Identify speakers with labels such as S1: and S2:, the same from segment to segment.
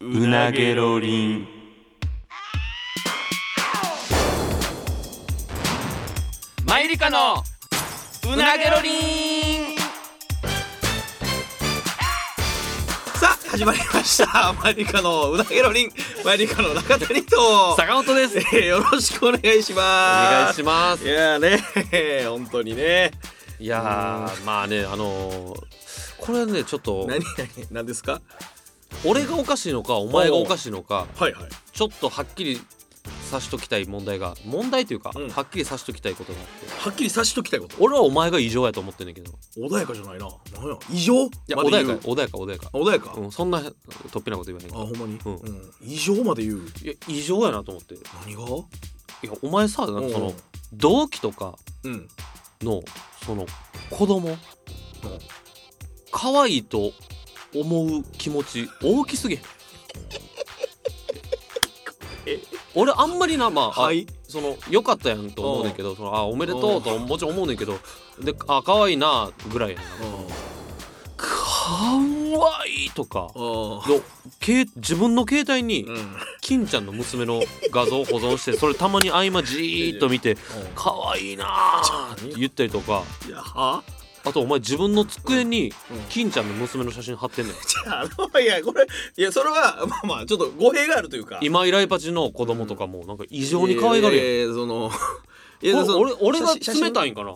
S1: うなげろりん
S2: マイリカのうなげろりん
S3: さあ始まりましたマリカのうなげろりんマリカの中谷と、
S2: 坂本です
S3: えー、よろしくお願いし
S2: お願
S3: ま
S2: い
S3: す
S2: しま
S3: い
S2: す
S3: やーね本当にね
S2: いやーまあねあのーこれねちょっと
S3: 何何何ですか
S2: 俺がおかしいのかお前がおかしいのか
S3: はいはい
S2: ちょっとはっきりさしときたい問題が問題というか、
S3: うん
S2: はっきりさしときたいことがあって
S3: はっきりさしときたいこと
S2: 俺はお前が異常やと思ってんねんけどい
S3: 穏やかじゃないな何や異常い
S2: や穏やか穏やか穏やか、
S3: 穏やか、
S2: うん、そんなとっぺなこと言わへんけ
S3: あ
S2: ど
S3: ほんまに、
S2: うん
S3: うん異常まで言う
S2: いや異常やなと思ってい
S3: 何が
S2: やお前さなんかその
S3: お
S2: 同期とか
S3: うんうん
S2: のその子供可愛いと思う気持ち大きすぎへん俺あんまりなまあ、あ
S3: はい
S2: その良かったやんと思うねんけどそのあおめでとうともちろん思うねんけどであ可愛いなぐらいやねんな可愛いとか
S3: あ
S2: のけ自分の携帯に
S3: うんうん
S2: 金ちゃんの娘の画像を保存してそれたまに合間じーっと見て可愛いなーって言ったりとか
S3: いやは
S2: あとお前自分の机に
S3: うんうん
S2: 金ちゃんの娘の写真貼ってんねん
S3: じゃああのいやこれいやそれはまあまあちょっと語弊があるというか
S2: 今イライパチの子供とかもなんか異常に可愛がるやん、
S3: えーそ のい
S2: こ
S3: や
S2: れ
S3: その
S2: 俺俺が
S3: 写真
S2: 冷たいんかない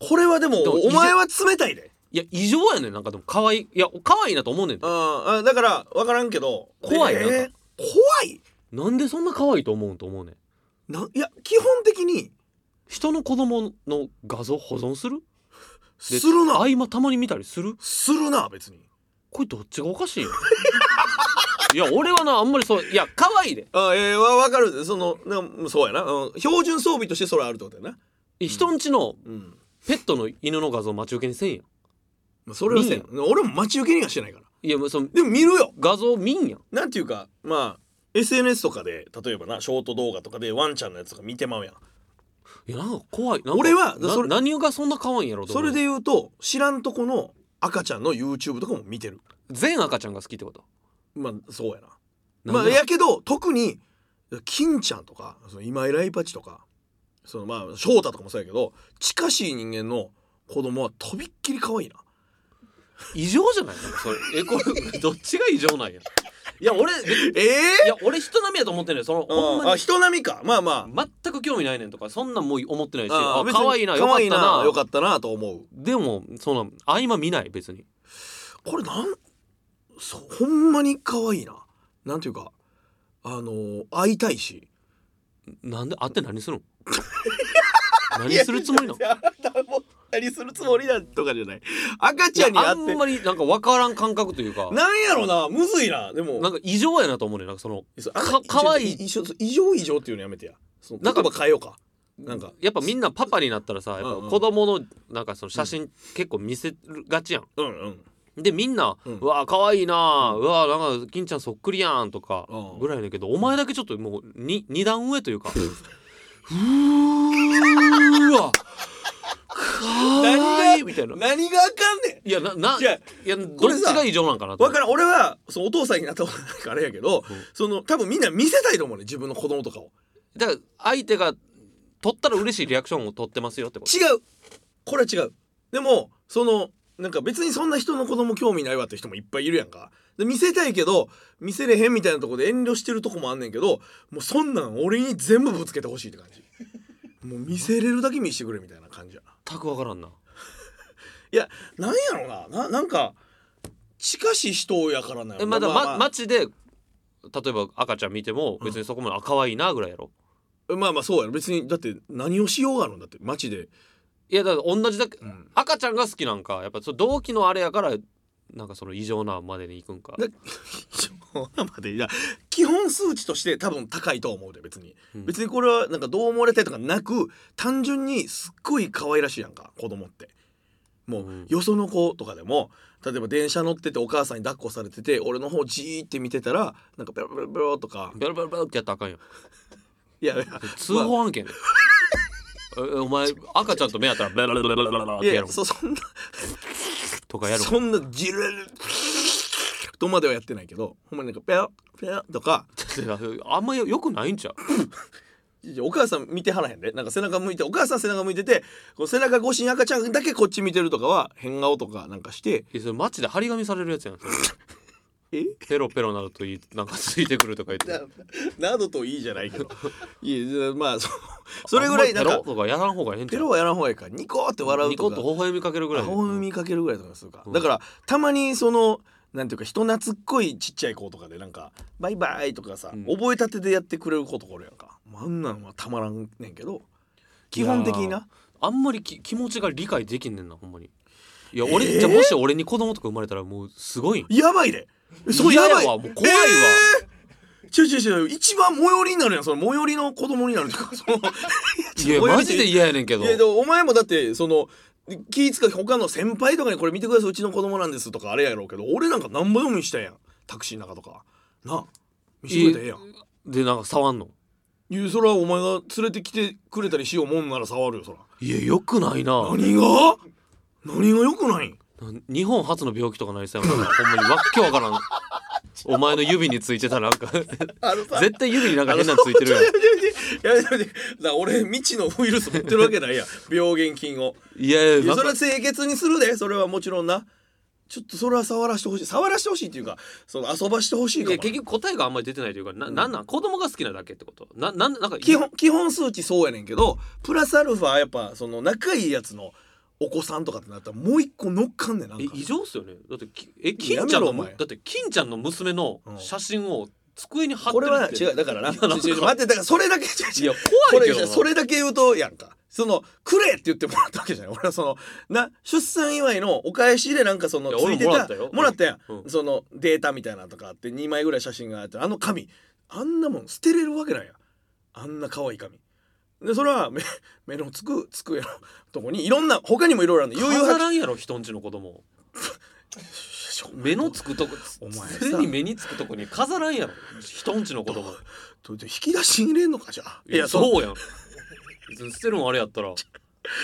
S3: これはでも
S2: でも
S3: お前は冷たいで
S2: や異常やねんなんかでも可愛いいや可愛いなと思うねん
S3: ああだから分からんけど
S2: 怖い
S3: えー
S2: なんか
S3: 怖い
S2: なんでそんな可愛いと思うんと思うねん
S3: なんいや基本的に
S2: 人の子供の画像保存するです
S3: るな
S2: 合間たまに見たりする
S3: するな別に
S2: これどっちがおかしいよ いや俺はなあんまりそういや可愛いで
S3: あえー、わ分かるそのなそうやな、うん、標準装備としてそれあるってことやな
S2: 人んちの
S3: うん、
S2: ペットの犬の画像待ち受けにせんやん
S3: まあ、それはせん俺も待ち受けにはしてないから
S2: いやもうその
S3: でも見るよ
S2: 画像見んやん
S3: なんていうかまあ SNS とかで例えばなショート動画とかでワンちゃんのやつとか見てまうやん
S2: いやなんか怖いなんか
S3: 俺は
S2: な
S3: それ
S2: 何がそんな可愛いんやろと思
S3: そうれで言うと知らんとこの赤ちゃんの YouTube とかも見てる
S2: 全赤ちゃんが好きってこと
S3: まあそうやな
S2: な
S3: まあ
S2: んで
S3: やけど特に金ちゃんとかその今井ライパチとかそのまあ翔太とかもそうやけど近しい人間の子供はとびっきり可愛いな
S2: 異常じゃないなんかそれえこれ どっちが異常なんやいや俺い
S3: ええ
S2: や俺人並みやと思ってんねんそのほん
S3: あ
S2: ま
S3: あ
S2: に
S3: 人並みかまあま
S2: 全く興味ないねんとかそんなんもう思ってないし
S3: あ
S2: あ
S3: あ別に
S2: 可愛いなよかった
S3: 可愛
S2: ない
S3: よかったなと思う
S2: でもその合間見ない別に
S3: これなんそうほんまに可愛いななんていうかあの会いたいし
S2: なんで会って何するん 何するつもりなの
S3: いやあなたも何するつもりだとかじゃない赤
S2: い
S3: ち
S2: や
S3: ゃんに会
S2: あ
S3: って
S2: んまりなんか分からん感覚というか
S3: なんやろなむずいなでも
S2: なんか異常やなと思うねんなんかその
S3: そう
S2: か
S3: あん
S2: かわいい
S3: 異常異常異常っていうのやめてやその
S2: な
S3: 言
S2: んか
S3: 葉変えようかなんか
S2: やっぱみんなパパになったらさやっぱ
S3: うんうん
S2: 子供のなんかその写真結構見せるがちやん
S3: うんうん
S2: でみんな「う
S3: うん
S2: わあ可愛いなあうわあなんか金ちゃんそっくりやん」とか
S3: うん
S2: ぐらいだけどお前だけちょっともうに二段上というかうーわ可愛いみたいな。
S3: 何があかんね
S2: いやなな
S3: じゃあ
S2: いやど
S3: こ
S2: っ
S3: れ
S2: ち
S3: さ
S2: が異常なんかなと
S3: ん
S2: 思
S3: わ
S2: う
S3: からん俺はそのお父さんになったことなんかあれやけど、
S2: うん
S3: その多分みんな見せたいと思うね自分の子供とかを
S2: だから相手が取ったら嬉しいリアクションを取ってますよってこと
S3: 違うこれは違うでもそのなんか別にそんな人の子供興味ないわって人もいっぱいいるやんかで見せたいけど見せれへんみたいなとこで遠慮してるとこもあんねんけどもうそんなん俺に全部ぶつけてほしいって感じもう見せれるだけ見してくれみたいな感じやな
S2: 全くわからんない
S3: や、なんやろな、な、なんか。近しい人やからなよ
S2: え
S3: な。
S2: まだ、
S3: まあま
S2: ま、
S3: あ、
S2: 街で例えば赤ちゃん見ても別にそこまであ可愛いなぐらいやろ
S3: まあまあそうやろ、別に、だって、何をしようがあるんだって、街で。
S2: いやだから同じだけ
S3: ん
S2: 赤ちゃんが好きなんかやっぱその同期のあれやからなんかその異常なまでに行くんか
S3: だそうまで、 いや、基本数値として、多分高いと思うで、別に。
S2: うん
S3: 別にこれは、なんか、どう思われたいとかなく、単純に、すっごい可愛らしいやんか、子供って。もう、
S2: うん
S3: よその子とかでも。例えば電車乗っててお母さんに抱っこされてて俺の方じーって見てたらなんかペロペロペロとか
S2: ベロベロベロってやったらあかんよ
S3: いやいや
S2: 通報案件、えお前赤ちゃんと目やったらベロベロベロベロベロっ
S3: い
S2: て
S3: やい
S2: やろ
S3: やそそんな
S2: とかやろ
S3: そんなジル とまではやってないけどほんまになんかペアペアとか
S2: あんまよくないんちゃう
S3: いやお母さん見てはらへんでなんか背中向いてお母さん背中向いててこう背中越しに赤ちゃんだけこっち見てるとかは変顔とかなんかして
S2: いやそれマジで張り紙されるやつやんそれ
S3: え
S2: ペロペロなるといいなんかついてくるとか言って
S3: などといいじゃないけど いやま あそそれぐらい
S2: あ
S3: なん
S2: ん
S3: か
S2: まペロとかやらん方がええんち
S3: ペ
S2: ゃ
S3: ロ
S2: う
S3: はやらん方がいいからニコって笑う
S2: ニ
S3: と
S2: コ
S3: か
S2: ッと微笑みかけるぐらい
S3: 青みかけるぐらいとかするか、
S2: うん
S3: だからたまにそのなんていうか人懐っこいちっちゃい子とかでなんか「バイバイ」とかさ、
S2: うん
S3: 覚えたてでやってくれる子とかおるやんかまああんなんはたまらんねんけど基本的に
S2: いや
S3: な
S2: あんまりき気持ちが理解できんねんなほんまにいや
S3: え
S2: 俺、
S3: ー
S2: じゃあもし俺に子供とか生まれたらもうすごいん
S3: やばいでそう
S2: 嫌
S3: や
S2: や
S3: ば
S2: わ
S3: い
S2: もう怖いわ
S3: えー、違う違う違う一番最寄りになるやんその最寄りの子供になると かその
S2: いや
S3: おい
S2: マジで嫌やねんけど
S3: いやでもお前もだってその気使う他の先輩とかにこれ見てくださいうちの子供なんですとかあれやろうけど俺なんか何ぼ読みしたやんタクシーの中とかなあ見せてくれたらええやん
S2: でなんか触んの
S3: いやそらお前が連れてきてくれたりしようもんなら触るよそら
S2: いやよくないな
S3: 何が何が良くないん
S2: な日本初の病気とかなりそうやもんなほんまにわっけわからんお前の指についてたな んか
S3: あのさ
S2: 絶対指になんか変なのついてるやん
S3: やめてやめてだから俺未知のウイルス持ってるわけないやん病原菌を
S2: いやい
S3: いや
S2: や
S3: そ
S2: なん
S3: れ
S2: か
S3: は清潔にするでそれはもちろんなちょっとそれは触らしてほしい触らしてほしいっていうかその遊ばしてほしい
S2: い
S3: かも
S2: や
S3: な
S2: 結局答えがあんまり出てないというかな,、
S3: うん
S2: なんなん子供が好きなだけってことななんなんか
S3: 基本基本数値そうやねんけどプラスアルファやっぱその仲いいやつのお子さんとかってなったらもう一個乗っかんねんなん
S2: え
S3: か
S2: 異常っすよねだってきえ
S3: や
S2: 金
S3: め
S2: ちゃん
S3: ろ
S2: の
S3: お前
S2: だって金ちゃんの娘の
S3: うん
S2: 写真を机に貼って
S3: こ
S2: る
S3: れは
S2: って
S3: 違うだからな
S2: やなんか
S3: ちょちょ待ってだからそれだけ違う
S2: い
S3: 違う
S2: や
S3: こ
S2: 怖いけ
S3: れ
S2: どな
S3: それだけ言うとやんかその「くれ!」って言ってもらったわけじゃない俺はそのな出産祝いのお返しでなんかその
S2: い
S3: つ
S2: や
S3: いてた
S2: 俺ももらったよ
S3: もらったやん、
S2: うん
S3: そのデータみたいなのとかあって2枚ぐらい写真があってあの紙あんなもん捨てれるわけないやんあんな可愛い紙でそれは 目目のつく机のとこにいろんな他にもいろいろあるの悠
S2: 飾
S3: 々
S2: らんやろ人んちの子供目のつくとこ
S3: お前さ
S2: 常に目につくとこに飾らんやろ人んちの子供
S3: と引き出しに入れんのかじゃあ
S2: いやそうやん別に捨てるもんあれやったら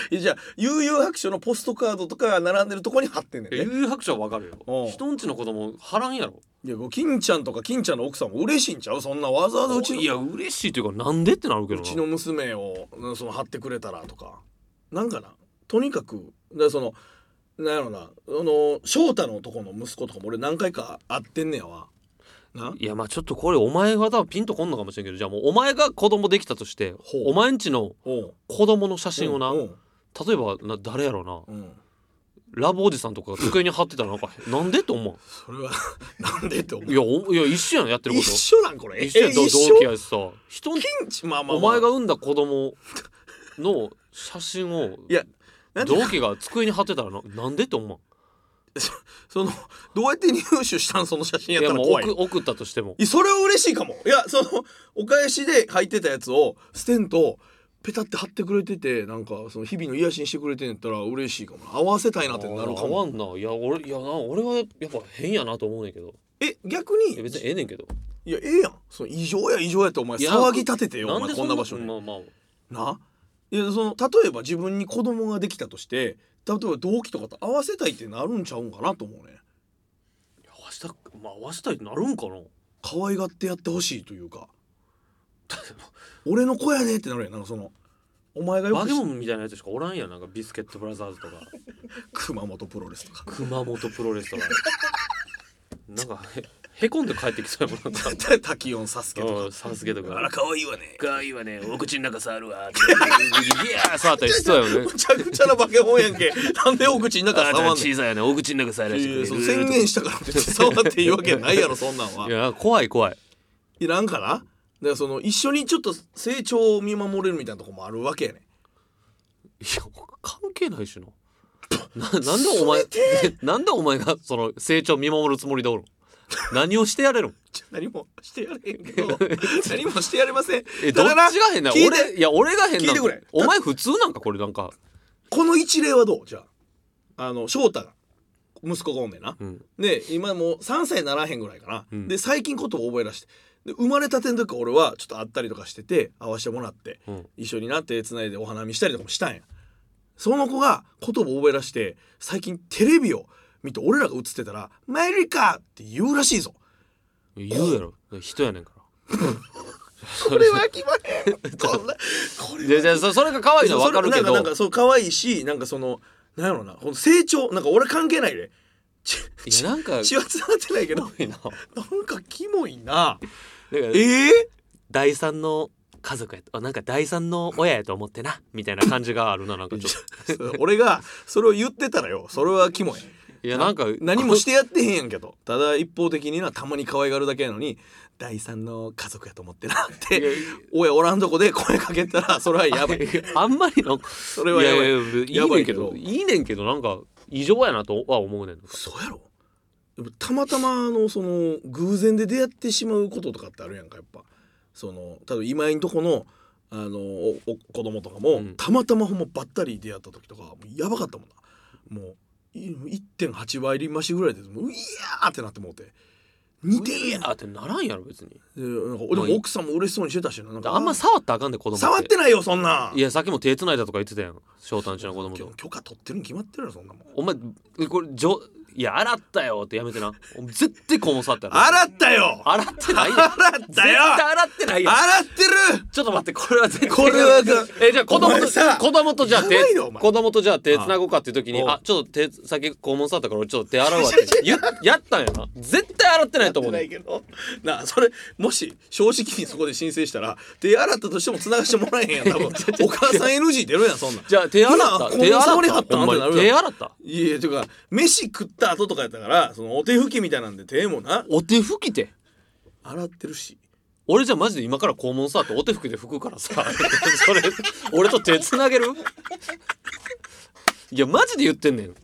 S3: いやじゃあ悠々白書のポストカードとかが並んでるとこに貼ってんねん
S2: いや
S3: ね
S2: 悠々白書はわかる
S3: うん
S2: よ人んちの子供貼らんやろ
S3: いやこう金ちゃんとか金ちゃんの奥さんも嬉しいんちゃうそんなわざわざうちの
S2: いや嬉しいというかなんでってなるけど
S3: う
S2: な
S3: ちの娘をうんその貼ってくれたらとかなんかなとにかくだからそのなんやろなあの翔太のとこの息子とかも俺何回か会ってんねやわない
S2: やまあちょっとこれお前が多分ピンとこんのかもしれんけどじゃあもうお前が子供できたとして
S3: ほう
S2: お前んちの
S3: おう
S2: 子供の写真をな、
S3: うん
S2: 例えばな誰やろな
S3: うん
S2: ラブおじさんとかが机に貼ってたらなんかなんでって思
S3: それは なんでって思
S2: ういうやおいや一緒やんやってるこ
S3: 一
S2: と
S3: 緒なんこれ
S2: 一緒やん
S3: え
S2: ど
S3: 一緒
S2: 同期やしさ人ん
S3: 金ちまあまあ、
S2: お
S3: まあ、
S2: 前が産んだ子供の写真を
S3: いやなんて
S2: 同期が机に貼ってたらななんでって思
S3: そのどうやって入手したんその写真や
S2: うい
S3: った
S2: や
S3: ら
S2: もう
S3: 怖い
S2: 送送ったとしても
S3: いやそれは嬉しいかもいやそのお返しで履いてたやつを捨てんとペタって貼ってくれててなんかその日々の癒しにしてくれてんやったら嬉しいかも合わせたいなってなるか
S2: あ合わ
S3: も
S2: んないや俺いやな俺はやっぱ変やなと思うねんけど
S3: え逆
S2: い
S3: に
S2: や別にええねんけど
S3: いやええやんその異常や異常やってお前
S2: いや
S3: 騒ぎ立ててよお
S2: なん
S3: 前
S2: で
S3: こんな場所に
S2: まあまあ
S3: ないやその例えば自分に子供ができたとして例えば同期とかと合わせたいってなるんちゃうんかなと思うね
S2: 合わせたまあ合わせたいってなるんかな
S3: 可愛がってやってほしいというか俺の子やでってなるやんなんかそのお前がよ
S2: バ
S3: く
S2: ゲ
S3: 知っ
S2: モンみたいなやつしかおらんやんなんかビスケットブラザーズとか
S3: 熊本プロレスとか
S2: 熊本プロレスとかなんかへへこんで帰ってきそうやもんな んか
S3: 滝音サスケ
S2: う
S3: と
S2: んサスケと
S3: かあら
S2: か
S3: 可愛いわね
S2: かいわねお口の中触るわい や触ったりしそうやよね
S3: むちゃくちゃな化け物やん けなんでお口の中触んねん
S2: さいよねお口の中触ら
S3: いやそう宣言したからって触っていいわけないやろそんなんはい
S2: や怖い怖い
S3: いらんからだからその一緒にちょっと成長を見守れるみたいなとこもあるわけやねん
S2: いや関係ないしな ななんでお前 なんでお前がその成長見守るつもりでおるん何をしてやれるん
S3: ちょ何もしてやれへんけ ど何もしてやれません
S2: えど
S3: だか
S2: っ
S3: ら
S2: ちが変な
S3: 聞いて
S2: 俺いや俺が変な
S3: 聞いてくれ
S2: お前普通なんかこれなんか
S3: この一例はどうじゃああの翔太が息子がおんねんな
S2: うん
S3: で今もう3歳ならへんぐらいかな、
S2: うん
S3: で最近ことを覚えらしてで生まれたての時から俺はちょっと会ったりとかしてて会わしてもらって
S2: うん
S3: 一緒になってつないでお花見したりとかもしたんやその子がことを覚えらして最近テレビを見て俺らが映ってたら「マリカ!」って言うらしいぞ
S2: 言うやろ人やねんか
S3: これはきまへんこんなこ
S2: らいやいやそそれが可愛いのは分かるけ
S3: そうそれなんかなん
S2: ど
S3: かそう可愛いしなんかそのなんやろなこの成長なんか俺関係ないでち
S2: いやなんか
S3: 血はつながってないけど
S2: キモいな
S3: なんかキモいな
S2: だから
S3: ええ
S2: 第三の家族やとあなんか第三の親やと思ってなみたいな感じがあるなな んかちょっ
S3: 俺がそれを言ってたらよそれはキモい
S2: といやなんか
S3: 何もしてやってへんやんけどただ一方的になたまに可愛がるだけやのに第三の家族やと思ってなっ
S2: いや
S3: て親おらんとこで声かけたらそれはやばい
S2: あんまりの
S3: それはやばい
S2: いやいやい
S3: や
S2: い
S3: ば
S2: ね
S3: いけ
S2: んけ
S3: ど
S2: どいいねんけどなんか異常やなとは思うねん
S3: そうやろでもたまたまあのその偶然で出会ってしまうこととかってあるやんかやっぱその例えば今井んとこのあのおお子供とかも、
S2: うん
S3: たまたまほんまばったり出会った時とかもうやばかったもんなもうい1.8倍り増しぐらいでもういやーってなってもうて似てるやん
S2: あってならんやろ別に
S3: でなんかでも奥さんも嬉しそうにしてたしななんか
S2: あんま触ったらあかんで子供
S3: 触ってないよそんない
S2: やさっきも手つないだとか言ってたやん翔太んちの子 供
S3: 許
S2: と
S3: 許可取ってるに決まってるよそんなもん
S2: お前これじょいや洗ったよってやめてな絶対子供触ったら
S3: 洗ったよ
S2: 洗ってないやん
S3: 洗ったよ
S2: 絶対洗ってないやん
S3: 洗ってる
S2: ちょっと待ってこれは絶対
S3: これはさ
S2: えじゃあ子
S3: お
S2: 供
S3: 前
S2: と
S3: さ
S2: 子供とじゃあ手
S3: やばいよお前
S2: 子供とじゃあ手つなごうかっていう時に
S3: おう
S2: あちょっと手先肛門触ったから俺ちょっと手洗うわって言っ やったんやな絶対洗ってないと思う
S3: な
S2: ね
S3: い
S2: ん
S3: けどなあそれもし正直にそこで申請したら手洗ったとしても繋がしてもらえへんやん多 分お母さん NG 出るやんそんなん
S2: じゃあ手洗
S3: 今
S2: った
S3: こん
S2: 手
S3: な触り
S2: 洗
S3: は
S2: っ
S3: った
S2: た
S3: な
S2: ほんま
S3: ってなる
S2: に手洗った
S3: いやいやていうか飯食った後とかやったからそのお手拭きみたいなんで手もな
S2: お手拭きて
S3: 洗ってるし
S2: 俺じゃあマジで今から肛門触ってお手拭きで拭くからさ それ俺と手つなげるいやマジで言ってんねん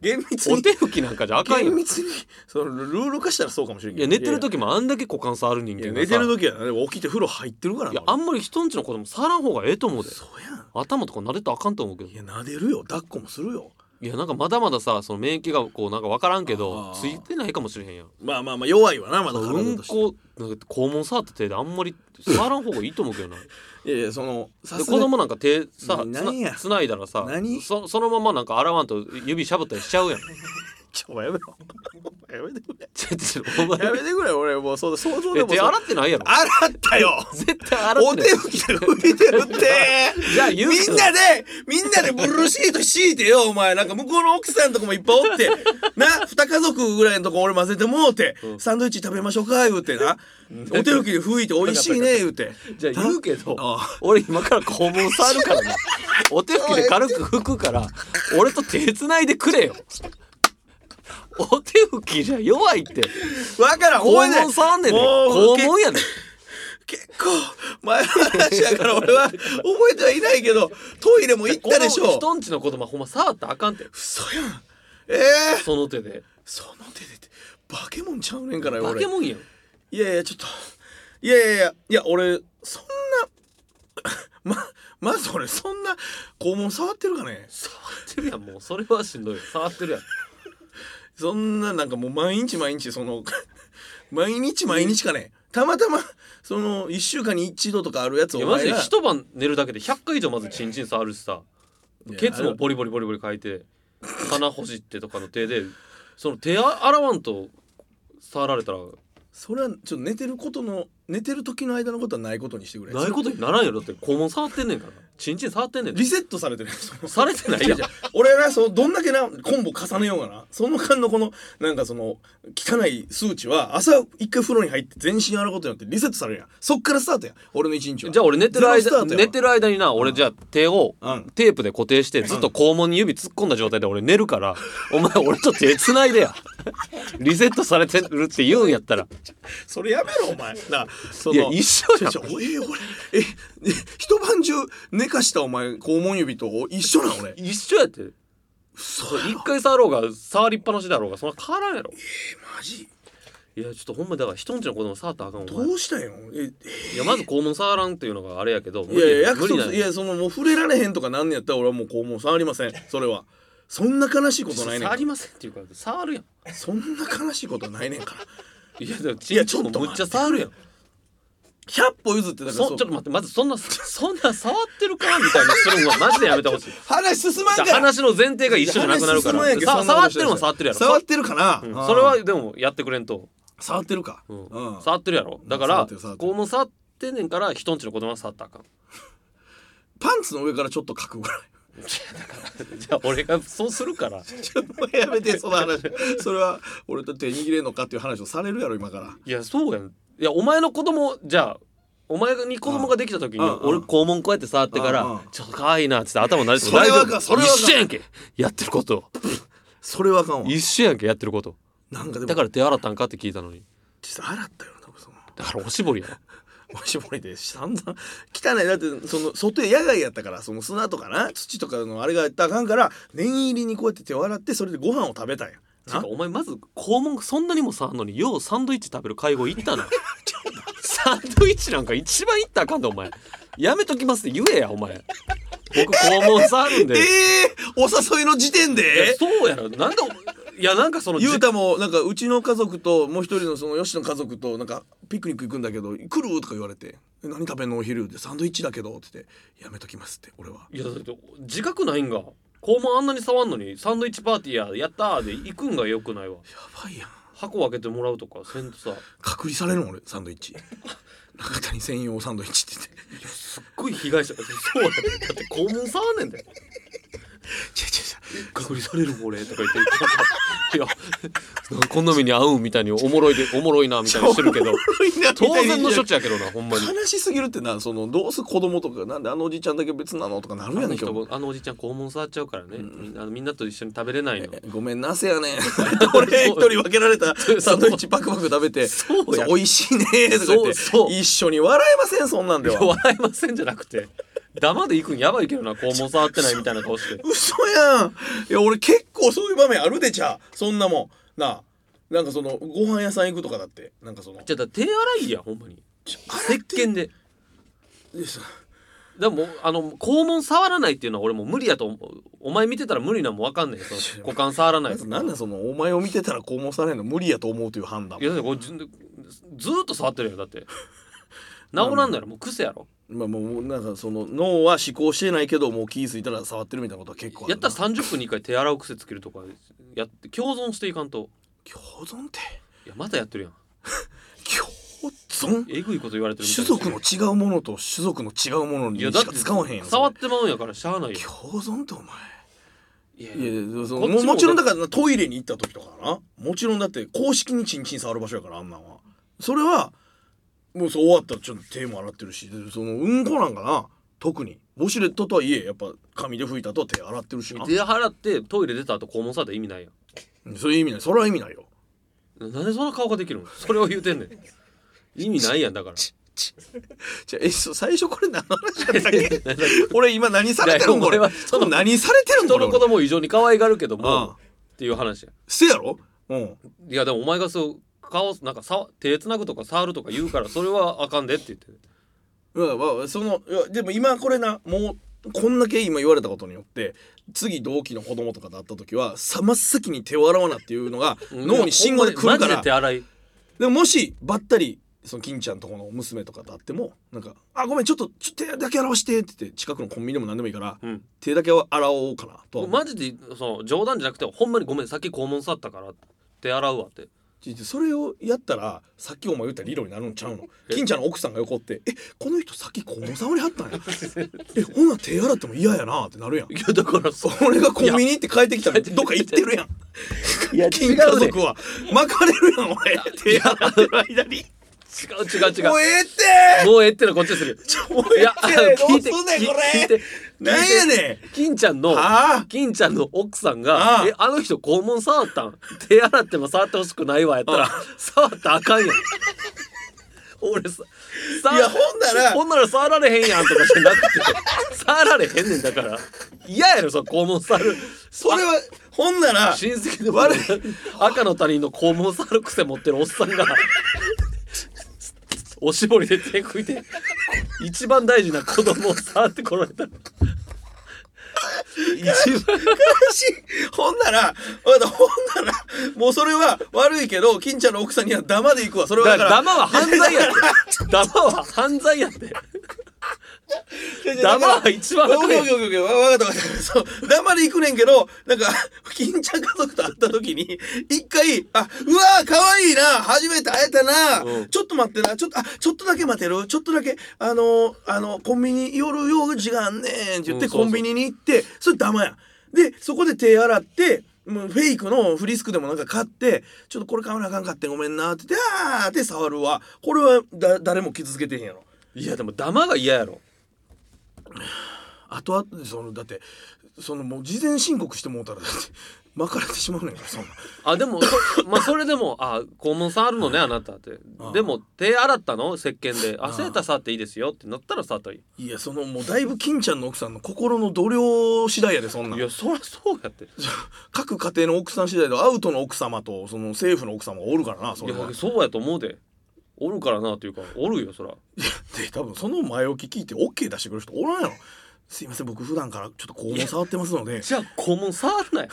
S3: 厳密
S2: お
S3: に
S2: 手拭きなんかじゃあかん
S3: 厳
S2: よ
S3: 密にそのルール化したらそうかもしれん
S2: い
S3: け
S2: や
S3: ど
S2: 寝てる時もあんだけ股関触る人
S3: いや
S2: 間がさ
S3: 寝てる時やなでも起きて風呂入ってるからない
S2: やあんまり人んちの子供触らん方がええと思うで
S3: そうやん
S2: 頭とか撫でたらあかんと思うけど
S3: いや撫でるよ抱っこもするよ
S2: いやなんかまだまださその免疫がこうなんか分からんけ
S3: あ
S2: ど
S3: ー
S2: ついてないかもしれへんやん
S3: まあまあまあ弱いわなまだ体
S2: うん
S3: として
S2: こなんか肛門触った手であんまり触らん方がいいと思うけど なで
S3: いやいやそのさ
S2: 子
S3: すがに
S2: 供なんか手さつ
S3: 何や
S2: なつないだらさ
S3: 何
S2: そそのままなんか洗わんと指しゃぶったりしちゃうやん
S3: ちょお前やめろお前やめてくれ
S2: ちょちょ お前
S3: やめてくれ俺もうそう想像で
S2: え
S3: も
S2: 手
S3: そう
S2: 洗ってないやろ
S3: 洗ったよ
S2: 絶対洗
S3: お
S2: ってな
S3: 手
S2: い
S3: 拭きが浮いてるって
S2: じゃあ 言う
S3: み
S2: けど
S3: んなでみんなでブルーシート敷いてよお前なんか向こうの奥さんとかもいっぱいおってな二家族ぐらいのとこ俺混ぜてもうて、サンドイッチ食べましょうか言うてなお手拭きで拭いて美味しいね言うて
S2: じゃあ言うけど
S3: ああ
S2: 俺今から肛門触るから なお手拭きで軽く拭くから俺と手つないでくれよお手拭きじゃ弱いって
S3: わからん
S2: 肛
S3: ほいで
S2: 門触んねんで
S3: もう
S2: 肛門やねん
S3: 結構前の話やから俺は 覚えてはいないけどトイレも行ったでし
S2: この
S3: ょ
S2: 人んちの子供ほんま触ったらあかんって
S3: 嘘やんええ
S2: その手で
S3: その手でってバケモンちゃうねんからよ
S2: 化
S3: 俺
S2: け物やん
S3: いやいやちょっといやいやいやいや俺そんな ままず俺そんな肛門触ってるかね
S2: 触ってるやんもうそれはしんどいよ触ってるやん
S3: そんななんかもう毎日毎日その 毎日毎日かねたまたまその1週間に1度とかあるやつ
S2: い
S3: を
S2: やマジで一晩寝るだけで100回以上まずチンチン触るしさケツもボリボリボリボリ書いて鼻ほじってとかの手でその手あ洗わんと触られたら
S3: それはちょっと寝てることの寝てる時の間のことはないことにしてくれ
S2: ないことにならんやろだって肛門触ってんねんからチンチン触ってんねん
S3: リセットされてるやつ
S2: されてないやん
S3: 俺なそうどんだけなコンボ重ねようがなその間のこのなんかその汚い数値は朝一回風呂に入って全身洗うことによってリセットされるやんそっからスタートやん俺の一日は
S2: じゃあ俺寝てる
S3: ゼロスタ
S2: 間
S3: ートや
S2: 寝てる間にな俺じゃあ手を
S3: うん
S2: テープで固定してずっと肛門に指突っ込んだ状態で俺寝るからお前俺と手つない でやリセットされてるって言うんやったら
S3: それやめろお前なそ
S2: いや
S3: の
S2: 一緒
S3: ち
S2: じ
S3: ょ
S2: ゃん
S3: ちょえ俺ええ一晩中寝かしたお前肛門指と一緒なん俺
S2: 一緒やって
S3: そう
S2: 一回触ろうが触りっぱなしだろうがそんな変わらんやろ
S3: マジ
S2: いやちょっとほんまだから人んちの子供触ったらあかんお前
S3: どうしたんやろえ
S2: いやまず肛門触らんっていうのがあれやけど
S3: いやいや、
S2: 無
S3: 約
S2: 理
S3: 束
S2: な
S3: す
S2: ん
S3: いや、その、もう触れられへんとかなんねやったら、俺はもう肛門触りません。それは。そんな悲しいことないねん
S2: 触
S3: か
S2: りませんっていうか触るやん
S3: ら。そんな悲しいことないねんから。
S2: いやでも
S3: い
S2: ち
S3: や
S2: ん
S3: ち
S2: ち
S3: ょ
S2: ょ
S3: っ
S2: っ
S3: と
S2: と
S3: 待って
S2: むっちゃ触るやん
S3: 100歩譲ってだから
S2: そ
S3: そう
S2: ちょっと待ってまずそんなそんな触ってるかみたいなするのはマジでやめて ほしい
S3: 話進まんか
S2: じゃあ
S3: ら
S2: 話の前提が一緒じゃなくなるか
S3: いや話進まんや
S2: ら
S3: んけ
S2: さ
S3: そんな
S2: 触っ
S3: 話
S2: てるのは触ってるやろ
S3: 触ってるかな、
S2: うん
S3: あー
S2: それはでもやってくれんと、
S3: 触ってるか、
S2: うん
S3: うん
S2: 触ってるやろだか
S3: 触
S2: ら
S3: ってる触ってる
S2: この触ってんねんから人んちの子供は触ったらあ かん
S3: パンツの上からちょっと書くぐらい
S2: じゃあ俺がそうするから
S3: ちょっとやめてその話 それは俺と手握れんのかっていう話をされるやろ今から
S2: いやそうやんいやお前の子供じゃあお前に子供ができた時に
S3: うんうん
S2: 俺肛門こうやって触ってから
S3: うんうん
S2: 「ちょっと可愛いな」っつって頭慣れて
S3: それは
S2: 大
S3: か
S2: 丈夫
S3: それはか
S2: 一緒やんけやってること
S3: それはあかんわ
S2: 一緒やんけやってること
S3: なんかでも
S2: だから手洗ったんかって聞いたのに
S3: 実際洗ったよなその
S2: だからおしぼり やろ
S3: おしぼりで散々汚いだってその外野外やったからその砂とかな土とかのあれがやったらあかんから念入りにこうやって手を洗ってそれでご飯を食べたんや
S2: てかお前まず肛門そんなにも触んのにようサンドイッチ食べる会合行っ たなサンドイッチなんか一番行ったらあかんでお前やめときますって言えやお前僕肛門触るん
S3: え
S2: で、
S3: えお誘いの時点
S2: いや
S3: で
S2: そうやろなんかいやなんかその
S3: ゆうたもなんかうちの家族ともう一人のそのよしの家族となんかピクニック行くんだけど「来る?」とか言われて「え何食べんのお昼」で「サンドイッチだけど」って言って「やめときます」って俺はい
S2: やだって自覚ないんが肛門あんなに触んのにサンドイッチパーティーややったーで行くんがよくないわ
S3: やばいやん
S2: 箱開けてもらうとかせんとさ
S3: 隔離されるの俺サンドイッチ 中谷専用サンドイッチって言って
S2: すっごい被害者そうやでだって肛門触んねんで
S3: 「ちゃちゃちゃ
S2: 隔離されるもん俺とか言っていやなんかこんな目に遭うみたいにおもろいでおもろいなみたいにしてるけど 当然の処置やけどなほんまに
S3: 悲しすぎるってなそのどうす子供とかなんであのおじいちゃんだけ別なのとかなる
S2: あ
S3: や
S2: の
S3: んけ
S2: 人あのおじちゃん肛門触っちゃうからね、みんなみんなと一緒に食べれないの
S3: ごめんなせやねん 俺一人分けられたサンドイッチパクパク食べて
S2: そうや
S3: 美味しいねーとか言って
S2: そうそう
S3: 一緒に笑えませんそんなんで
S2: いや
S3: は
S2: 笑いませんじゃなくてダマで行くんやばいけどな肛門触ってないみたいな顔して
S3: 嘘やんいや俺結構そういう場面あるでちゃうそんなもんなあなんかそのご飯屋さん行くとかだってなんかその
S2: じゃあだから手洗いやほんまに
S3: 洗
S2: 石鹸で
S3: でさ
S2: でもあの肛門触らないっていうのは俺もう無理やと思うお前見てたら無理なんも分かんないよその股間触ら
S3: ま
S2: ないやつ
S3: ずなんなんそのお前を見てたら肛門されんの無理やと思うという判断
S2: いやだってこれずずーっと触ってるやん だって治らんのやろもう癖やろ
S3: まあもうなんかその脳は思考してないけどもう気ぃ付いたら触ってるみたいなことは結構ある
S2: や
S3: な
S2: ったら30分に1回手洗う癖つけるとかやって共存していかんと
S3: 共存って
S2: いやまたやってるやん
S3: 共存
S2: えぐいこと言われてるみたい
S3: 種
S2: な
S3: 族の違うものと種族の違うものに
S2: いや
S3: し
S2: だっ
S3: か
S2: て
S3: 使わへんやん
S2: 触っ
S3: そ
S2: てまうんやからしゃあない
S3: れ
S2: よ
S3: 共存ってお前
S2: いや
S3: いやいやそ
S2: こ
S3: の
S2: っち
S3: も
S2: も
S3: もちろんだからトイレに行った時とかなもちろんだって公式にチンチン触る場所やからあんなんはそれはもうそう終わったらちょっと手も洗ってるしそのうんこなんかな特にウォシュレットとはいえやっぱ紙で拭いたと手洗ってるしな
S2: 手洗ってトイレ出た後肛門触ったら意味ないやん
S3: そういう意味ないそれは意味ないよ
S2: なんでそんな顔が できるのそれを言うてんねん意味ないやんだから
S3: じゃあえそう最初これ何の話だった っ
S2: 何
S3: け
S2: だっけ
S3: 俺今何されてるんこれ
S2: いや俺は人の
S3: 何されてるんこ
S2: 人
S3: れ
S2: の子供を異常に可愛がるけども
S3: ああ
S2: っていう話や
S3: せやろうん
S2: いやでもお前がそう顔なんかさ手つなぐとか触るとか言うからそれはあかんでって言って
S3: うんまあそのいやでも今これなもうこんだけ今言われたことによって次同期の子供とかと会った時はさ真っ先に手を洗わなっていうのが脳に信号で来るか
S2: マジ
S3: ら
S2: で手洗い
S3: でももしばったりその金ちゃんとこの娘とかと会ってもなんか「あごめんちょっとちょっと手だけ洗わして」って言って近くのコンビニでも何でもいいから
S2: うん
S3: 手だけは洗おうかなとは思う
S2: マジでその冗談じゃなくてほんまにごめんさっき肛門触ったから手洗うわって
S3: ちょそれをやったらさっきお前言った理論になるんちゃうの
S2: え
S3: 金ちゃんの奥さんが横って「えこの人さっき肛門触りはったんやえほんなら手洗っても嫌やな」ってなるやん
S2: いやだからそ
S3: 俺がコンビニ行って帰ってきたらどっか行ってるやん
S2: いや
S3: 金家族は巻かれるやん俺手洗ってる間に
S2: 違う違う違う
S3: もうええって
S2: もうええってのこっちでする
S3: ちょもうええってどうすんねんこ
S2: 聞い
S3: れ
S2: て
S3: なんやね
S2: 金ちゃんの
S3: ああ
S2: 金ちゃんの奥さん
S3: ああ
S2: が「えあの人肛門触ったん 手洗っても触ってほしくないわ」やった
S3: あ
S2: ら触ったらあかんや ん俺さ
S3: いやほんなら
S2: ほんなら触られへんやんとかじゃなくて触られへんねんだから嫌やろその肛門触る
S3: それはほんなら
S2: 親戚でも
S3: 悪い
S2: 赤の他人の肛門触る癖持ってるおっさんが おしぼりで手拭いて一番大事な子供を触ってこられたら一
S3: 悲
S2: 番
S3: しいほんならわかったほんならもうそれは悪いけど金ちゃんの奥さんにはダマで行くわそれはだ
S2: だ
S3: か
S2: か
S3: らら
S2: ダマは犯 罪やってダマは犯罪やってダマは一番
S3: オッケーオッケーオッケーわわかったわかったそう黙り行くねんけどなんか金ちゃん家族と会った時に一回「あうわー可愛いな初めて会えたな、
S2: うん
S3: ちょっと待ってなちょっとあちょっとだけ待てるちょっとだけあのあのコンビニ寄る用事があんねん」って言って、
S2: うんそうそう
S3: コンビニに行ってそれダマやでそこで手洗ってもうフェイクのフリスクでもなんか買って「ちょっとこれ買わなあかんかってんごめんな」って言って「あー」って触るわこれはだ誰も傷つけてへんやろ。
S2: いやでもダマが嫌やろ
S3: あとはそのだってそのもう事前申告してもうたらだって 巻かれてしまうねんからそんな
S2: あでもそ,、 まあ、それでも「あ肛門触るのねあなた」って
S3: うん
S2: でも手洗ったの石鹸で「
S3: う
S2: あ
S3: ん
S2: セーター触っていいですよ」ってなったら触ったらいい
S3: いやそのもうだいぶ金ちゃんの奥さんの心の度量次第やでそんないん
S2: やそりゃそうやってい
S3: 各家庭の奥さん次第でアウトの奥様とその政府の奥様がおるからなそれは
S2: やそうやと思うでおるからなというかおるよそら
S3: で多分その前置き聞いて OK 出してくれる人おらんやろすいません僕普段からちょっと肛門触ってますので
S2: じゃあ肛門触るなよ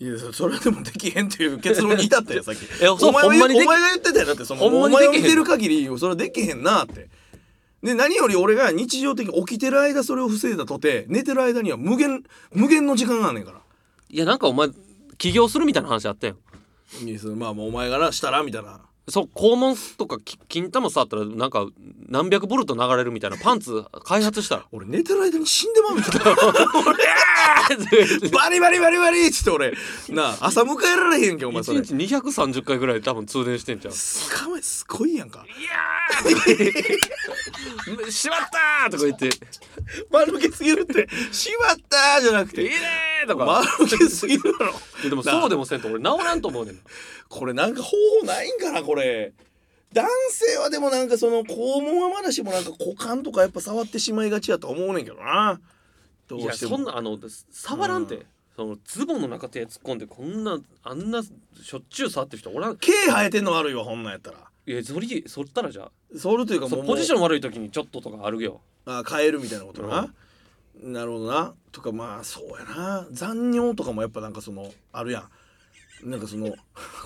S3: いやそそれでもできへんっていう結論に至 ったよさっき
S2: えそう
S3: お前は
S2: ほんまにでき
S3: お前が言ってたよだってその
S2: ほんま
S3: お
S2: にできへ
S3: 前
S2: ん
S3: を見てる限りそれはできへんなってで何より俺が日常的に起きてる間それを防いだとて寝てる間には無限無限の時間があんねんから
S2: いやなんかお前起業するみたいな話あったよ
S3: いやそのまあもうお前がなしたらみたいな
S2: そう肛門とかき金玉触ったらなんか何百ボルト流れるみたいなパンツ開発したら
S3: 俺寝てる間に死んでまうみたいな バリバリバリバリっつって俺なあ朝迎えられへんけん お前それ
S2: 1日230回ぐらい多分通電してんじゃん
S3: すごいすごいやんか
S2: 「しまった!」とか言って「
S3: 丸けすぎるって「しまった!」じゃなく
S2: いい
S3: て
S2: ねー!」とか
S3: 丸けすぎるやろ
S2: いやでもそうでもせんと俺治らんと思うねんな
S3: これなんか方法ないんかなこれ男性はでもなんかその肛門はまだしもなんか股間とかやっぱ触ってしまいがちやとは思うねんけどなど
S2: いうや
S3: して
S2: そ
S3: も
S2: んなあの触らんて、そのズボンの中手突っ込んでこんなあんなしょっちゅう触ってる人おらん
S3: 毛生えてんの悪いわほんなんやったら
S2: いやそりそったらじゃあ
S3: そるというか
S2: そ
S3: も
S2: う
S3: う
S2: ポジシ
S3: ョン
S2: ョン悪い時にちょっととかあるよ
S3: あ変えるみたいなことな、なるほどなとかまあそうやな残尿とかもやっぱなんかそのあるやんなんか そのこ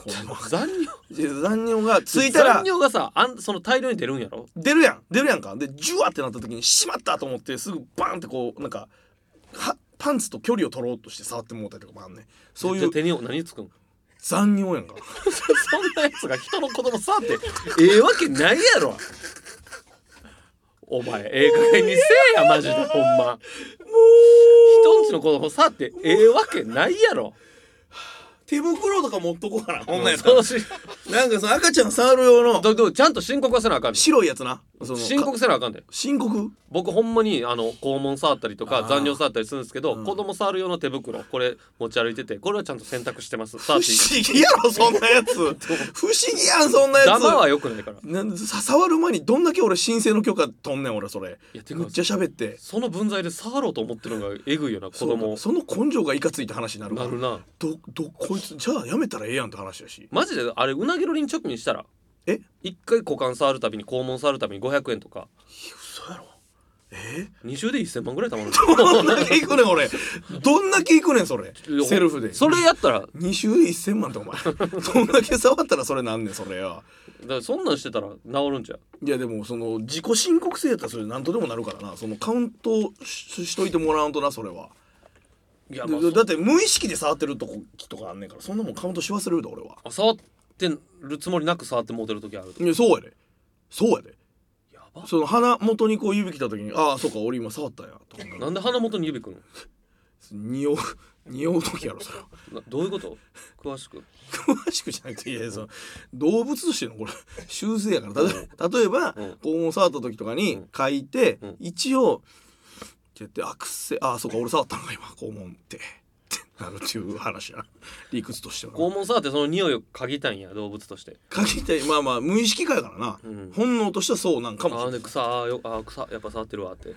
S3: の
S2: 残尿
S3: 残尿がついたら
S2: 残尿がさあんその大量に出るんやろ
S3: 出るやん出るやんかでジュワってなった時にしまったと思ってすぐバーンってこうなんかはパンツと距離を取ろうとして触ってもうたりとかもあんねんそうい
S2: じゃ
S3: う
S2: あ手に何つくん
S3: 残尿やんか
S2: そんなやつが人の子供触ってええわけないやろお前ええ加減にせえやマジでほんま人んちの子供触ってええわけないやろ
S3: 手袋とか持っとこうかなほんなんやった
S2: そ
S3: ら
S2: うし
S3: なんかその赤ちゃん触る用の
S2: だけどちゃんと申告はせなあかんで
S3: 白いやつなその
S2: 申告
S3: か
S2: せなあかんで
S3: 申告
S2: 僕ほんまにあの肛門触ったりとか
S3: あー
S2: 残尿触ったりするんですけど、
S3: うん
S2: 子供触る用の手袋これ持ち歩いててこれはちゃんと洗濯してます
S3: 不
S2: 触
S3: 思
S2: っていい
S3: 議やろそんなやつ不思議やんそんなやつ
S2: ダマは良くないから
S3: なんさ触る前にどんだけ俺申請の許可取んねん俺それ
S2: いやてか
S3: めっちゃ喋って
S2: その分際で触ろうと思ってるのがえぐいよな子供
S3: そうその根性がいかついた話になるか
S2: な
S3: ら
S2: るな
S3: どどこいつじゃあやめたらええやんって話やし
S2: マジであれうなぎの輪直にしたら
S3: え
S2: 一回股間触るたびに肛門触るたびに500円とか
S3: 嘘やろえ
S2: 2週で1000万ぐらい貯まる
S3: どんだけいくねん俺どんだけいくねんそれ セルフで
S2: それやったらだか
S3: 2週で1000万ってお前どんだけ触ったらそれなんねんそれよ
S2: らそんなんしてたら治るんちゃう
S3: いやでもその自己申告制やったらそれ何とでもなるからなそのカウントししといてもらわんとなそれはい
S2: や、
S3: で
S2: まあそう
S3: だって無意識で触ってるとことかあんねんからそんなもんカウントし忘れるで俺は
S2: あ触ってるつもりなく触ってもうてる時ある
S3: いやそうやでそうやで
S2: やば
S3: その鼻元にこう指来た時にああそうか俺今触ったんやと思う
S2: なんで鼻元に指くんの
S3: 匂う 匂う時やろそれは
S2: などういうこと詳しく
S3: 詳しくじゃなくていやいやその動物としてのこれ習性やから例えば例えば
S2: うん
S3: 肛門触った時とかに書いて
S2: うん
S3: 一応って言ってあくっせあそうか俺触ったのか今肛門ってってなるっていう話やな理屈としてはな
S2: 肛門触ってその匂いを嗅ぎたいんや動物として
S3: 書きたいまあまあ無意識かやからな
S2: うん
S3: 本能としてはそうなんか
S2: あ
S3: もしれ
S2: ー
S3: な
S2: で
S3: い
S2: 草あーよあー草やっぱ触ってるわって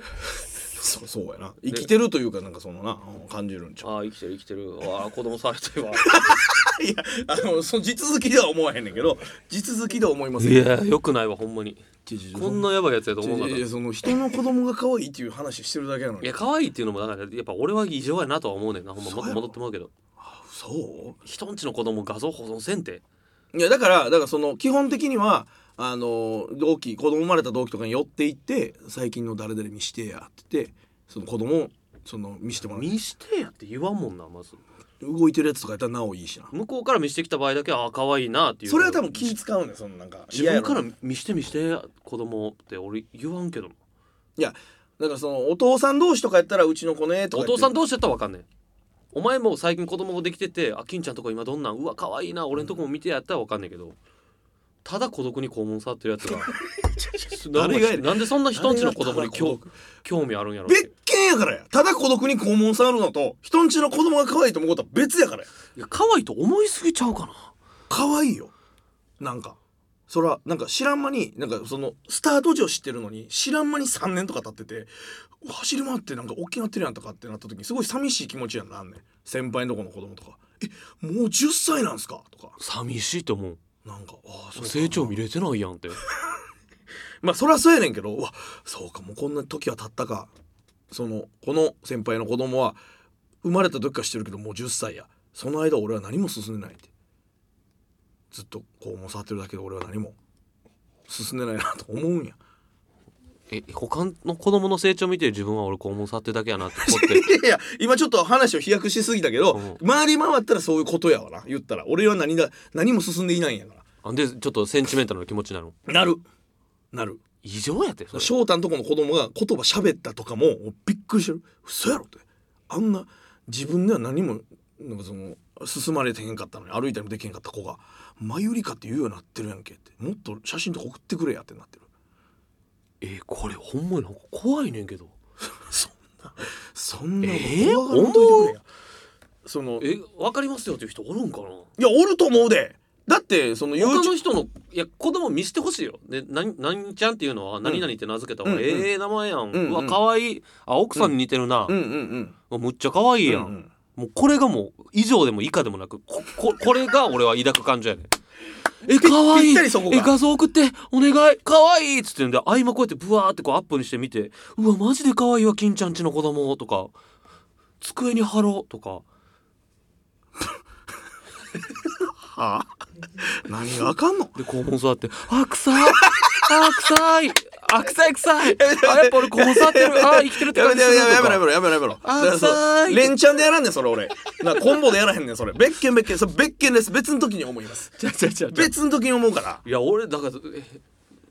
S3: そうそうやな生きてるというかなんかそのなうん感じるんちゃう
S2: ああ生きてる生きてるああ子供触れて るわ
S3: いやあのその地続きでは思わへんねんけど地続きでは思います
S2: いやよくないわほんまにこん
S3: な
S2: なやばいやつやと思うか
S3: い
S2: ら
S3: や
S2: い
S3: いやその人の子供が可愛いっていう話してるだけなのに
S2: や可愛いっていうのもだからやっぱ俺は異常やなとは思うねんなほんま
S3: そうや
S2: ま
S3: ろ
S2: 戻ってもらうけど
S3: そ
S2: 人んちの子供画像保存せんて
S3: ういやだからだからその基本的にはあの同期子供生まれた同期とかに寄っていって最近の誰々見してやって言ってその子供をその見してもらう
S2: 見してやって言わんもんなまず
S3: 動いてるやつとかやったらなおいいしな
S2: 向こうから見してきた場合だけああ可愛いなっていう
S3: それは多分気使うねんそのなんか
S2: 自分
S3: 嫌やろ
S2: から見して見して子供って俺言わんけど
S3: いやだからそのお父さん同士とかやったらうちの子ねとか
S2: お
S3: 言って
S2: 父さんどうしてたらわかんねえお前も最近子供ができててあ金ちゃんとこ今どんなんうわ可愛いな俺んとこも見てやったらわかんねえけどただ孤独に肛門触ってるやつ が
S3: 誰がやねん
S2: なんでそんな人んちの子供に興興味あるんやろって
S3: 別件やからやただ孤独に肛門触るのと人んちの子供が可愛いと思うことは別やからや
S2: いや可愛いと思いすぎちゃうかな
S3: 可愛いよなんかそらなんか知らん間になんかそのスタート時を知ってるのに知らん間に3年とか経っててうわ走り回ってなんか大きくなってるやんとかってなった時にすごい寂しい気持ちやんなんねん先輩のとこの子供とか「えもう10歳なんすか?」とか
S2: 寂しいと思う
S3: なんかああそうか
S2: 成長見れてないやんって
S3: まあそりゃそうやねんけどうわそうかもうこんな時は経ったかそのこの先輩の子供は生まれた時からしてるけどもう10歳やその間俺は何も進んでないってずっとこうも触ってるだけで俺は何も進んでないなと思 うんや
S2: え他の子供の成長見てる自分は俺肛門触ってるだけやなって思って
S3: いやいや今ちょっと話を飛躍しすぎたけど、
S2: う
S3: 回り回ったらそういうことやわな言ったら俺は何だ何も進んでいないんやか
S2: あんでちょっとセンチメンタルな気持ちになるの
S3: らなるなる
S2: 異常やってそれ
S3: 翔太のとこの子供が言葉喋ったとかももうびっくりしてる嘘やろってあんな自分では何もなんかその進まれてへんかったのに歩いたりもできへんかった子が「前売りか」って言うようになってるやんけってもっと写真とか送ってくれやってなってる
S2: えーこれほんまになんか怖いねんけど
S3: そんなの
S2: えー
S3: 怖がらんといてくれやその
S2: えわかりますよっていう人おるんかない
S3: やおると思うでだってその
S2: 他
S3: YouTube
S2: の人のいや子供見してほしいよで何何ちゃんっていうのは何々って名付けた方が、
S3: うん
S2: ええ名前やん、
S3: んうん
S2: うわ可愛いあ奥さんに似てるな
S3: う、んうんうん
S2: むっちゃ可愛いやん、
S3: うんうん
S2: もうこれがもう以上でも以下でもなくこここれが俺は抱く感じやねんえ可愛
S3: ぴっ
S2: い
S3: たりそこが
S2: え画像送ってお願い可愛いっつってんで合間こうやってブワーってこうアップにして見てうわマジで可愛いわ金ちゃんちの子供とか机に貼ろうとか
S3: はあ 何があかんの
S2: で肛門触って「あ臭いあ臭いあ臭い臭いあやっぱ俺肛門触ってるあ生きてるって
S3: やめ
S2: 感じ
S3: てや
S2: す
S3: め
S2: る」
S3: てや
S2: と
S3: めろやめろ
S2: か
S3: やめろやめろやめろ
S2: あ
S3: だからそう
S2: さーい
S3: 連チャンでやらんねんそれ俺なコンボでやらへんねんそれ別件別件それ別件です別の時に思います
S2: ちゃちゃちゃちゃ
S3: 別の時に思うから
S2: いや俺だからえ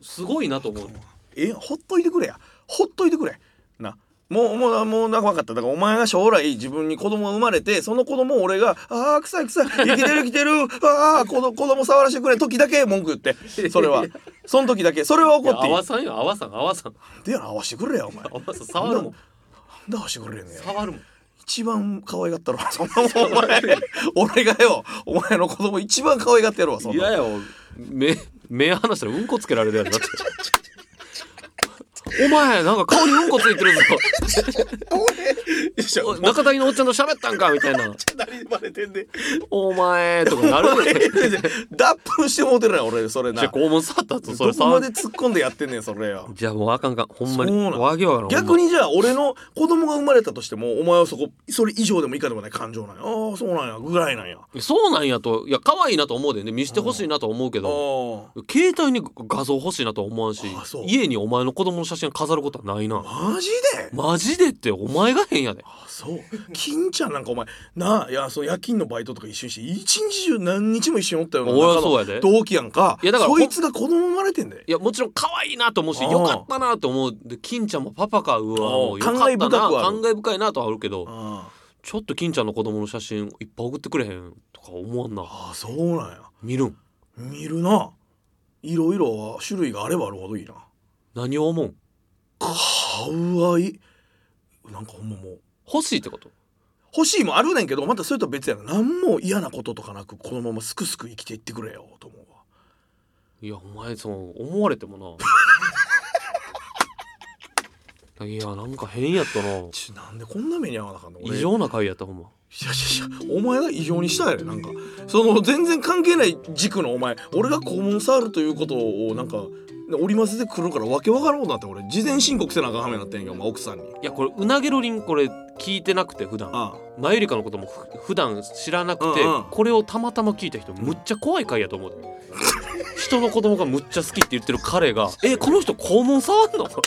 S2: すごいなと思う
S3: えほっといてくれやほっといてくれなもうもうもうな分かっただからお前が将来自分に子供が生まれてその子供を俺が「ああ臭い臭い生きてる生きてるああ子供子供触らせてくれ」時だけ文句言ってそれはその時だけそれは怒
S2: いや
S3: っていい
S2: 合わさんよ合わさん合わさん
S3: でやな合わしてくれやお前
S2: 合わさん触るもん
S3: なんで合わしてくれんねや
S2: 触るもん
S3: 一番可愛がったろ そんなもんお前俺がよお前の子供一番可愛がってやるわそん
S2: いや
S3: ない
S2: や目目離したらうんこつけられるやんだってお前なんか顔にうんこつい てるぞお中谷のおっちゃんと喋ったんかみたいな
S3: 何バレてんで
S2: 「お前」とかなるね
S3: 脱粉してもうてるやん俺それ な
S2: じゃあ
S3: ど
S2: 肛門触った後それ
S3: こ
S2: 触
S3: ま
S2: る
S3: で突っ込んでやってんねんそれ よ
S2: じゃあもうあかんかんほんまに
S3: そうなん
S2: わけわからん
S3: 逆
S2: に
S3: にじゃあ俺の子供が生まれたとしてもお前はそこそれ以上でも以下でもない感情なんやああそうなんやぐらいなんやあ
S2: そうなんやといや可愛いなと思うでね見してほしいなと思うけど
S3: あ
S2: 携帯に画像欲しいなとは思わんし
S3: あそう
S2: 家にお前の子供の写真飾ることはないな
S3: マジで
S2: マジでってお前が変やで
S3: あそう金ちゃんなんかお前なあいやその夜勤のバイトとか一緒にして一日中何日も一緒におったよな
S2: 俺はそうやで
S3: 同期やんか
S2: いやだから
S3: そいつが子供生まれてんで
S2: いやもちろん可愛いなと思うし
S3: ああ
S2: よかったなと思うで金ちゃんもパパかうわ
S3: ああ
S2: もうよかったな
S3: 感慨深くはある
S2: 感慨深いなとはあるけど
S3: あ
S2: ちょっと金ちゃんの子供の写真いっぱい送ってくれへんとか思わんな
S3: あそうなんや
S2: 見るん
S3: 見るないろいろは種類があればあるほどいいな
S2: 何を思うん
S3: かわいいなんかほんまもう
S2: 欲しいってこと
S3: 欲しいもあるねんけどまたそれとは別やな何も嫌なこととかなくこのまますくすく生きていってくれよと思うわ
S2: いやお前そう思われても ないやなんか変やったな
S3: ちなんでこんな目に遭わなあかんの俺
S2: 異常な回やったほんま
S3: いやいやいやお前が異常にしたやでなんかその全然関係ない軸のお前俺が肛門触るということをなんか織り交ぜてくるからわけわからんことになって俺事前申告せなあかんはめになってんやんけお前奥さんに
S2: いやこれうなげろりんこれ聞いてなくて普段
S3: あ
S2: マユリカのこともふ普段知らなくて、
S3: うんうん
S2: これをたまたま聞いた人むっちゃ怖い回やと思う人の子供がむっちゃ好きって言ってる彼が 「えこの人肛門触んの? 」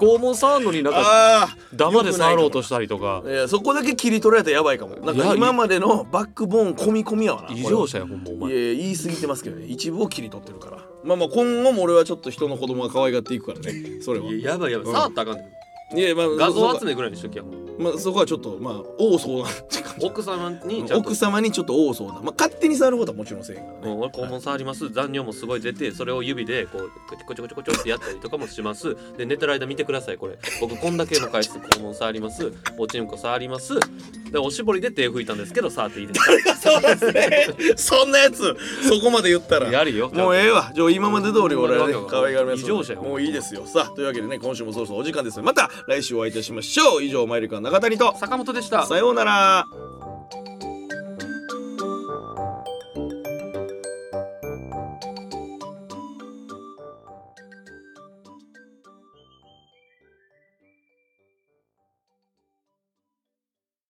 S2: 肛門触んのになんか
S3: あ
S2: ダマで触ろうとしたりとか
S3: あいやそこだけ切り取られたらやばいかもなん
S2: い
S3: か
S2: や
S3: 今までのバックボーン込み込みやわなこれ
S2: 異常者やほんまお
S3: い
S2: 前
S3: やいや言い過ぎてますけどね一部を切り取ってるからまあまあ今後も俺はちょっと人の子供が可愛がっていくからねそれはい
S2: やばいやば
S3: うん
S2: ったらあかんね
S3: いやまあ
S2: ん画像集
S3: め
S2: めぐらいにしときやほんま
S3: まあそこはちょっとまあ王相談って感じ
S2: 奥様にちゃんと
S3: 奥様にちょっと王相談まあ勝手に触ることはもちろんせえへんから
S2: もう
S3: ね
S2: 俺肛門触ります残尿もすごい出てそれを指でこうこちょこちょこちょってやったりとかもしますで寝てる間見てくださいこれ僕こんだけの回数肛門触りますおちんこ触りますでおしぼりで手拭いたんですけど触っていいですか
S3: そうですね そんなやつそこまで言ったら
S2: やるよ
S3: もうええわ。じゃあ今まで通り俺はね
S2: うん、
S3: 可愛がるやつ。
S2: 異常者よ
S3: もういいですよ。さあ、というわけでね、今週もそろそろお時間です。また来週お会いいたしましょう。以上、マイルカの中谷と、
S2: 坂本でした
S3: さようなら。